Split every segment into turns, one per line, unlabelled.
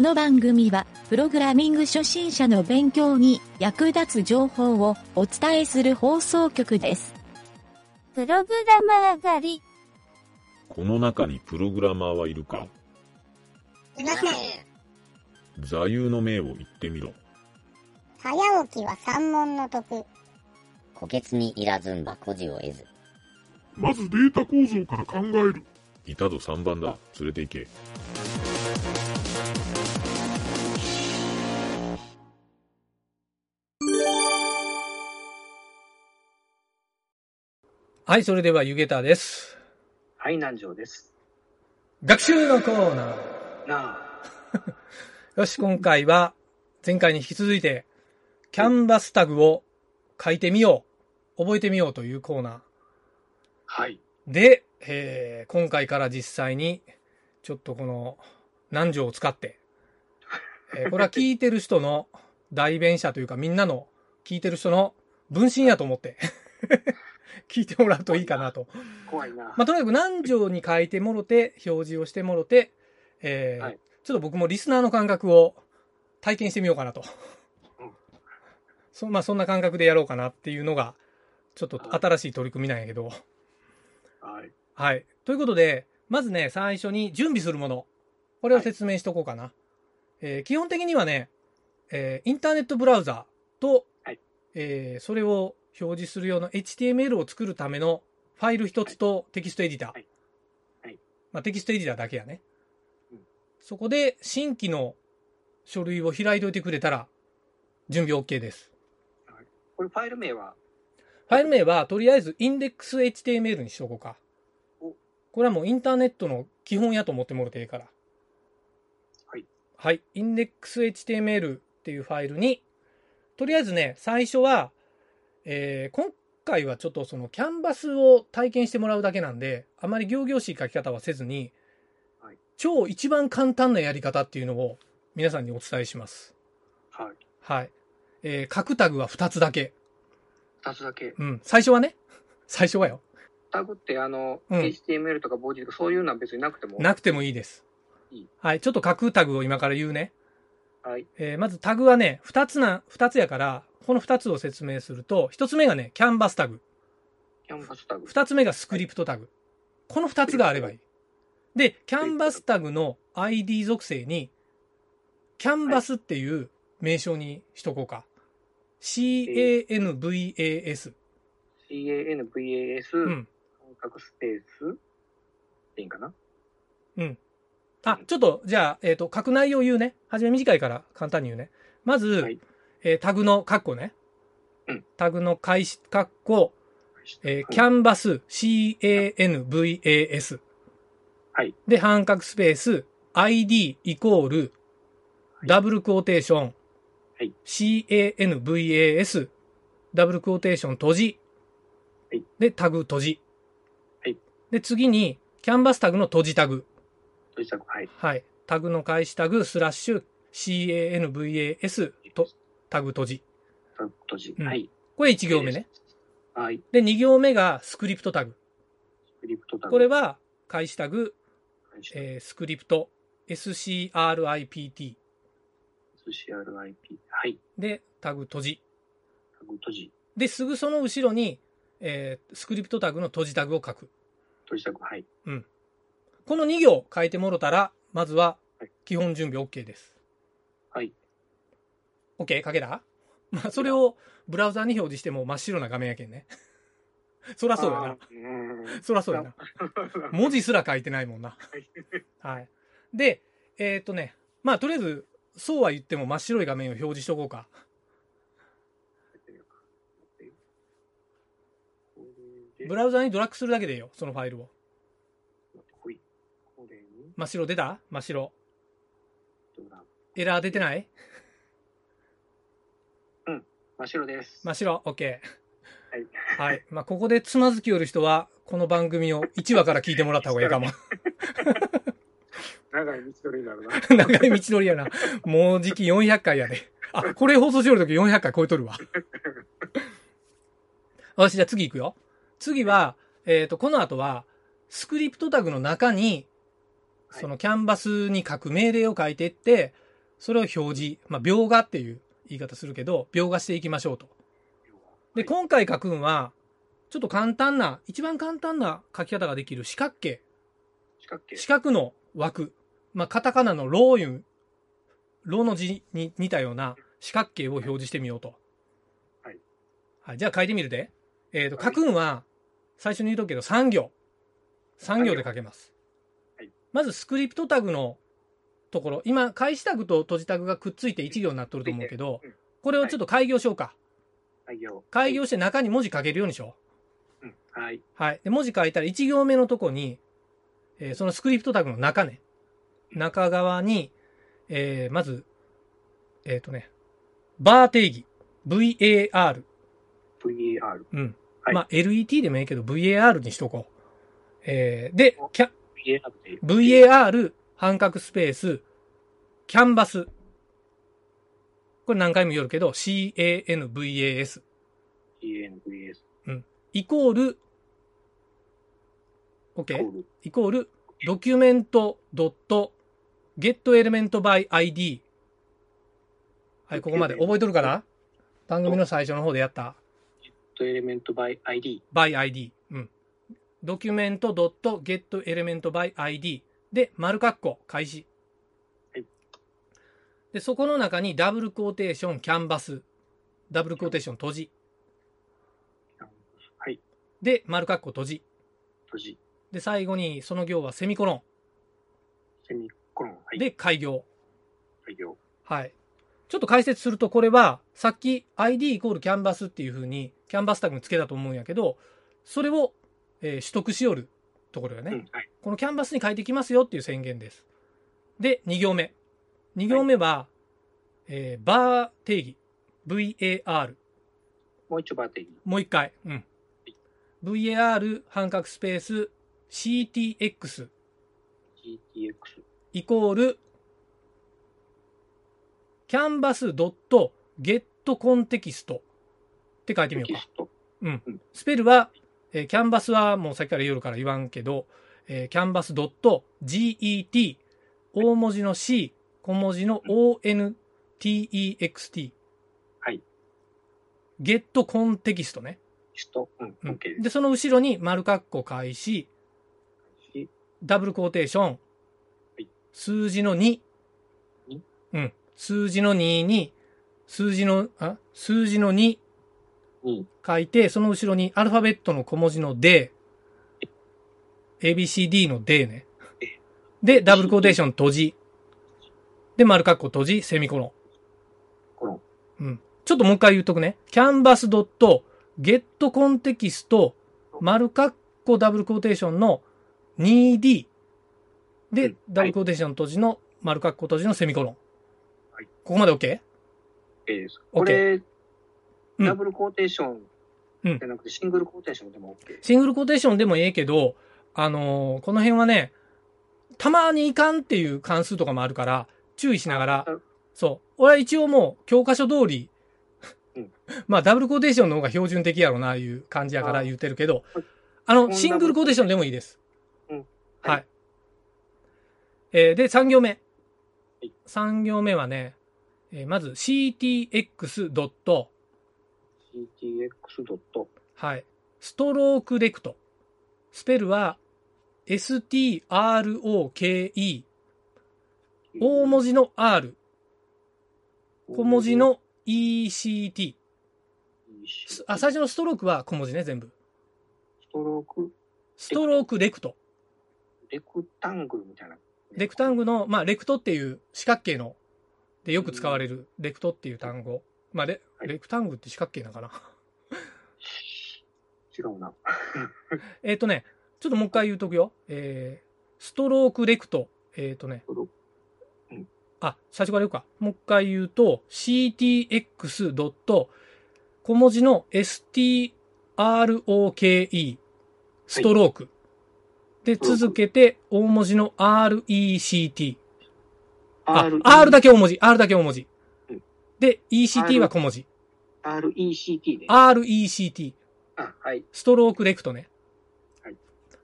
の番組は、プログラミング初心者の勉強に役立つ情報をお伝えする放送局です。
プログラマー狩り。
この中にプログラマーはいるか
いません。
座右の銘を言ってみろ。
早起きは三問の徳。
虎穴にいらずんば孤児を得ず。
まずデータ構造から考える。
いたぞ3番だ。連れて行け。
はい、それではゆげたです。
はい、南條です。
学習のコーナー。
なあ、
よし、今回は前回に引き続いて、キャンバスタグを書いてみよう、覚えてみようというコーナ
はい。
ーで、えー今回から実際に、ちょっとこの南條を使って、えーこれは聞いてる人の代弁者というか、みんなの聞いてる人の分身やと思って、 聞いてもらうといいかなと
怖いな。
まあ、とにかく何条に書いてもろて、表示をしてもろて、えー
はい
ちょっと僕もリスナーの感覚を体験してみようかなと
うん。
そまあ、そんな感覚でやろうかなっていうのが、ちょっと
はい
新しい取り組みなんやけど。
はい。
はい。ということで、まずね、最初に準備するもの。これを説明しとこうかな。えー基本的にはね、えーインターネットブラウザと、
はい
えーそれを表示する用の HTML を作るためのファイル一つとテキストエディター。
はいはい
まあ、テキストエディターだけやね。
うん
そこで新規の書類を開いておいてくれたら、準備 OK です。
これファイル名は、
ファイル名はとりあえず index.html にしとこうか
お。
これはもうインターネットの基本やと思ってもらっていいから。
はい。
はい。index.html っていうファイルに、とりあえずね、最初は、えー今回はちょっとそのキャンバスを体験してもらうだけなんで、あまり行々しい書き方はせずに
はい、
超一番簡単なやり方っていうのを皆さんにお伝えします。
はい。
はい。えー、各タグは2つだけ。
二つだけ。
うん。最初はね。最初はよ。
タグって、あの、
うん
HTML とか b o d とかそういうのは別になくても。
なくてもいいです
いい。
はい、ちょっと架空タグを今から言うね。
はい。
えーまずタグはね、二つな、二つやから、この二つを説明すると、一つ目がね、キャンバスタグ。
キャンバスタグ。
二つ目がスクリプトタグ。この二つがあればいい。で、キャンバスタグの ID 属性に、キャンバスっていう名称にしとこうか。CANVAS。
CANVAS、
うん。
感覚スペース、でいいんかな
あ、ちょっと、じゃあ、えっ、と、書く内容を言うね。はじめ短いから簡単に言うね。まず、
はい
えータグのカッコね。
うん
タグの開始、カッコ、えーキ
ン、
ャンバス、canvas。
はい。
で、半角スペース、id イコール、
い
ダブルクォーテーション、
はい、
canvas、ダブルクォーテーション閉じ、
はい
で、タグ閉じ。
はい
で、次に、キャンバスタグの閉じタグ。
閉じタグ。はい。
はい。タグの開始タグ、スラッシュ、canvas と、タグ閉じ。
タグ閉じ。
うん
はい。
これ1行目ね。
はい。
で、2行目がスクリプトタグ。
スクリプトタグ。
これ
は、
は、開始タグ、えースクリプト、script。
CRIP。はい。
で、タグ閉じ。
タグ閉じ。
で、すぐその後ろに、えースクリプトタグの閉じタグを書く。
閉じタグ。はい。
この2行書いてもろたら、まずは
はい、
基本準備 OK です。
はい。
OK? 書けたまあ、それをブラウザーに表示しても真っ白な画面やけんね。 そらそうやな
あ。ー。 うん。
そらそう やな。文字すら書いてないもんな。はい。で、えーっとね、まあとりあえず、そうは言っても真っ白い画面を表示しとこうか。ブ
ラ
ラウザにドラッグするだけでいいよ、そのファイルを。
こい。これに、
真っ白出た真っ白。
ドラ
エラー出てない
真っ白です。
真っ白、OK。
はい。
はい。まあここでつまずきよる人は、この番組を1話から聞いてもらった方がいいかも。
長い道のりになるな。
長い道のりやな。もうじき400回やで、あ、これ放送しよるとき400回超えと るわ。よし、じゃあ次行くよ。次は、えっ、と、この後は、スクリプトタグの中に、
はい
そのキャンバスに書く命令を書いていって、それを表示、まあ、描画っていう言い方するけど、描画していきましょうと。で、今回書くんは、ちょっと簡単な、一番簡単な書き方ができる四角形。
四角形。
四角の枠。まあ、カタカナのローユン。ローの字に似たような四角形を表示してみようと。
はい。
はい、じゃあ書いてみるで。えっ、と、
は
書
い
くんは、最初に言うとくけど3行。3行で書けます。
はい
まずスクリプトタグのところ、今、開始タグと閉じタグがくっついて1行になっとると思うけど
くっついてうん、
これをちょっと開業しようか。
開業。
開業して中に文字書けるようにしよう。
うん。はい。
はい。で、文字書いたら1行目のとこに、えーそのスクリプトタグの中ね、中側に、えーまず、えっ、とね、バー定義。VAR。
VAR。
うん。
はい
まあ、LET でもいいけど、VAR にしとこう。えーで、キャ
VAR で。
VAR、半角スペース、キャンバス。これ何回も言うけど、CANVAS。
VANVS。
イコール、
コ
OK?
ール。
イコール、ドキュメントドット、ゲットエレメントバイ ID。はい、ここまで。覚えとるかな番組の最初の方でやった。
とエレメント by ID。
バイ ID。うん。ドキュメントドット、ゲットエレメントバイ ID。で、丸括弧、開始
はい。
で、そこの中にダブルクォーテーション、キャンバス。ダブルクォーテーション、閉じ。
はい。
で、丸括弧、閉じ。
閉じ。
で、最後に、その行はセミコロ
セミコロン。は
ン。
い。
で、開業。
開業。
はい。ちょっと解説すると、これは、さっき ID イコールキャンバスっていう風に、キャンバスタグにつけたと思うんやけど、それを、えー取得しよるところよね、
うん。はい。
このキャンバスに変えてきますよっていう宣言です。で、2行目。2行目は、えーバー定義。VAR。
もう一度バーテリー。
もう一回。うん。VAR 半角スペース CTX
GTX。
イコール、キャンバスドットゲットコンテキストって書いてみ
テ
よう
キ
か。
スト。
スペルは、えーキャンバスはもうさっきから夜から言わんけど、えーキャンバスドット get 大文字の c 小文字の ontext
はい。
ゲットコンテキストね。
テキスト。うん。
うん
OK で
で、その後ろに丸括弧開始、
すし。
ダブルコーテーション
い。
数字の2
に。
うん。数字の2に、数字の、あ数字の2
に
書いて、その後ろにアルファベットの小文字の D。ABCD の D ね。で、ダブルコーテーション閉じ。で、丸括弧閉じ、セミコロン。
コロン。
ちょっともう一回言っとくね。キャンバスドット、ゲットコンテキスト、丸括弧ダブルクォーテーションの 2D。で、
うん
ダブルクォーテーション閉じの丸括弧閉じのセミコロン。
はい
ここまで OK?
OK です。これ、
うん
ダブルコーテーション
うん
じゃなくてシングルコーテーションでも OK。
シングルクォーテーションでもええけど、あのーこの辺はね、たまにいかんっていう関数とかもあるから、注意しながら
あうん、
そう。俺は一応もう教科書通り
うん、
まあダブルコーテーションの方が標準的やろないう感じやから
あ
言ってるけど
はい、
あ
こん
の、
な
シングルコーテーションでもいいです。
うん
は
はい
い。えーで、3行目
い。
3行目はね、えーまず ctx. ドット
GTX ドット。
はい。ストロークレクト。スペルは、stroke, 大文字の r、小文字。の ect。すあ、
あ、
最初のストロークは小文字ね、全部。
ストローク、
ストロークレクト。
レクタングルみたいな。
レクタングルの、まあ、レクトっていう四角形の、で、よく使われる、レクトっていう単語。まあ、レ、
はい
レクタングルって四角形なのかな。
違うな。
えっとね、ちょっともう一回言うとくよ。えー、ストロークレクト。えっ、とね
ストロ。うん
あ、最初から言うか。もう一回言うと、ctx. ドット小文字の stroke ストローク。で、
トローク
続けて、大文字の rect。あ、
R-
R だけ大文字。R だけ大文字
うん。
で、ect は小文字。
RECT で。
rect。
あ、はい。
ストロークレクトね。
はい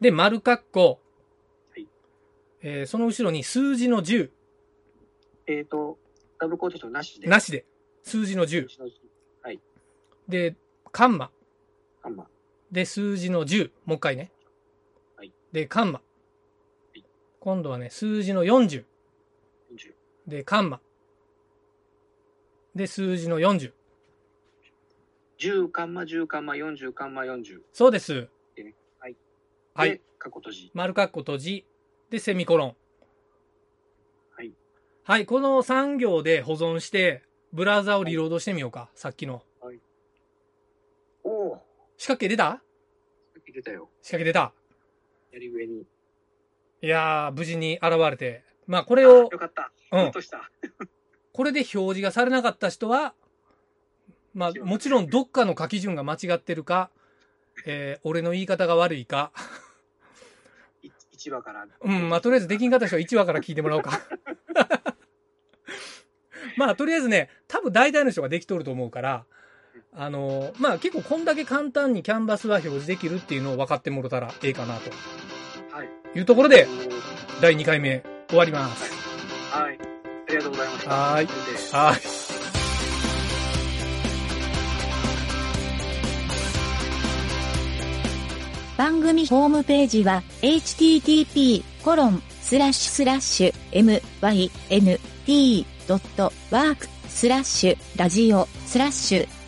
で、丸括弧。
はい
えーその後ろに数字の10。
えっと、ダブルコーテーションなしで。
な
し。
しで。数字の10。
はい。
で、カンマ。
カンマ。
で、数字の10。もう一回ね。
はい
で、カンマ
い。
今度はね、数字の40。
40。
で、カンマ。で、数字の40。
10カンマ10カンマ40カンマ40。
そうです。
はい。
はい。
で、過去閉じ。
丸括弧閉じ、で、セミコロン。
はい。
はい、この3行で保存して、ブラウザをリロードしてみようか、さっきの。
おお。さ
仕掛け出た
っき出たよ。
仕掛け出た。
左上に。
いやー、無事に現れて。まあ、これ
あ
を
よ、かった。
うん
ほっとした。
これで表示がされなかった人は、まあ、もちろんどっかの書き順が間違ってる か、えー俺の言い方が悪いか、
い一話から。
うん、まあ、とりあえずできんかった人は1話から聞いてもらおうか。 まあ、とりあえずね、多分大体の人ができとると思うから、あのまあ結構こんだけ簡単にキャンバスは表示できるっていうのを分かってもろたらええかなと
はい。
いうところで、
は
第2回目終わります。
い。ありがとうございました。
はーい
先生
はい。
番組ホームページは http://myn.t.work/.radio/.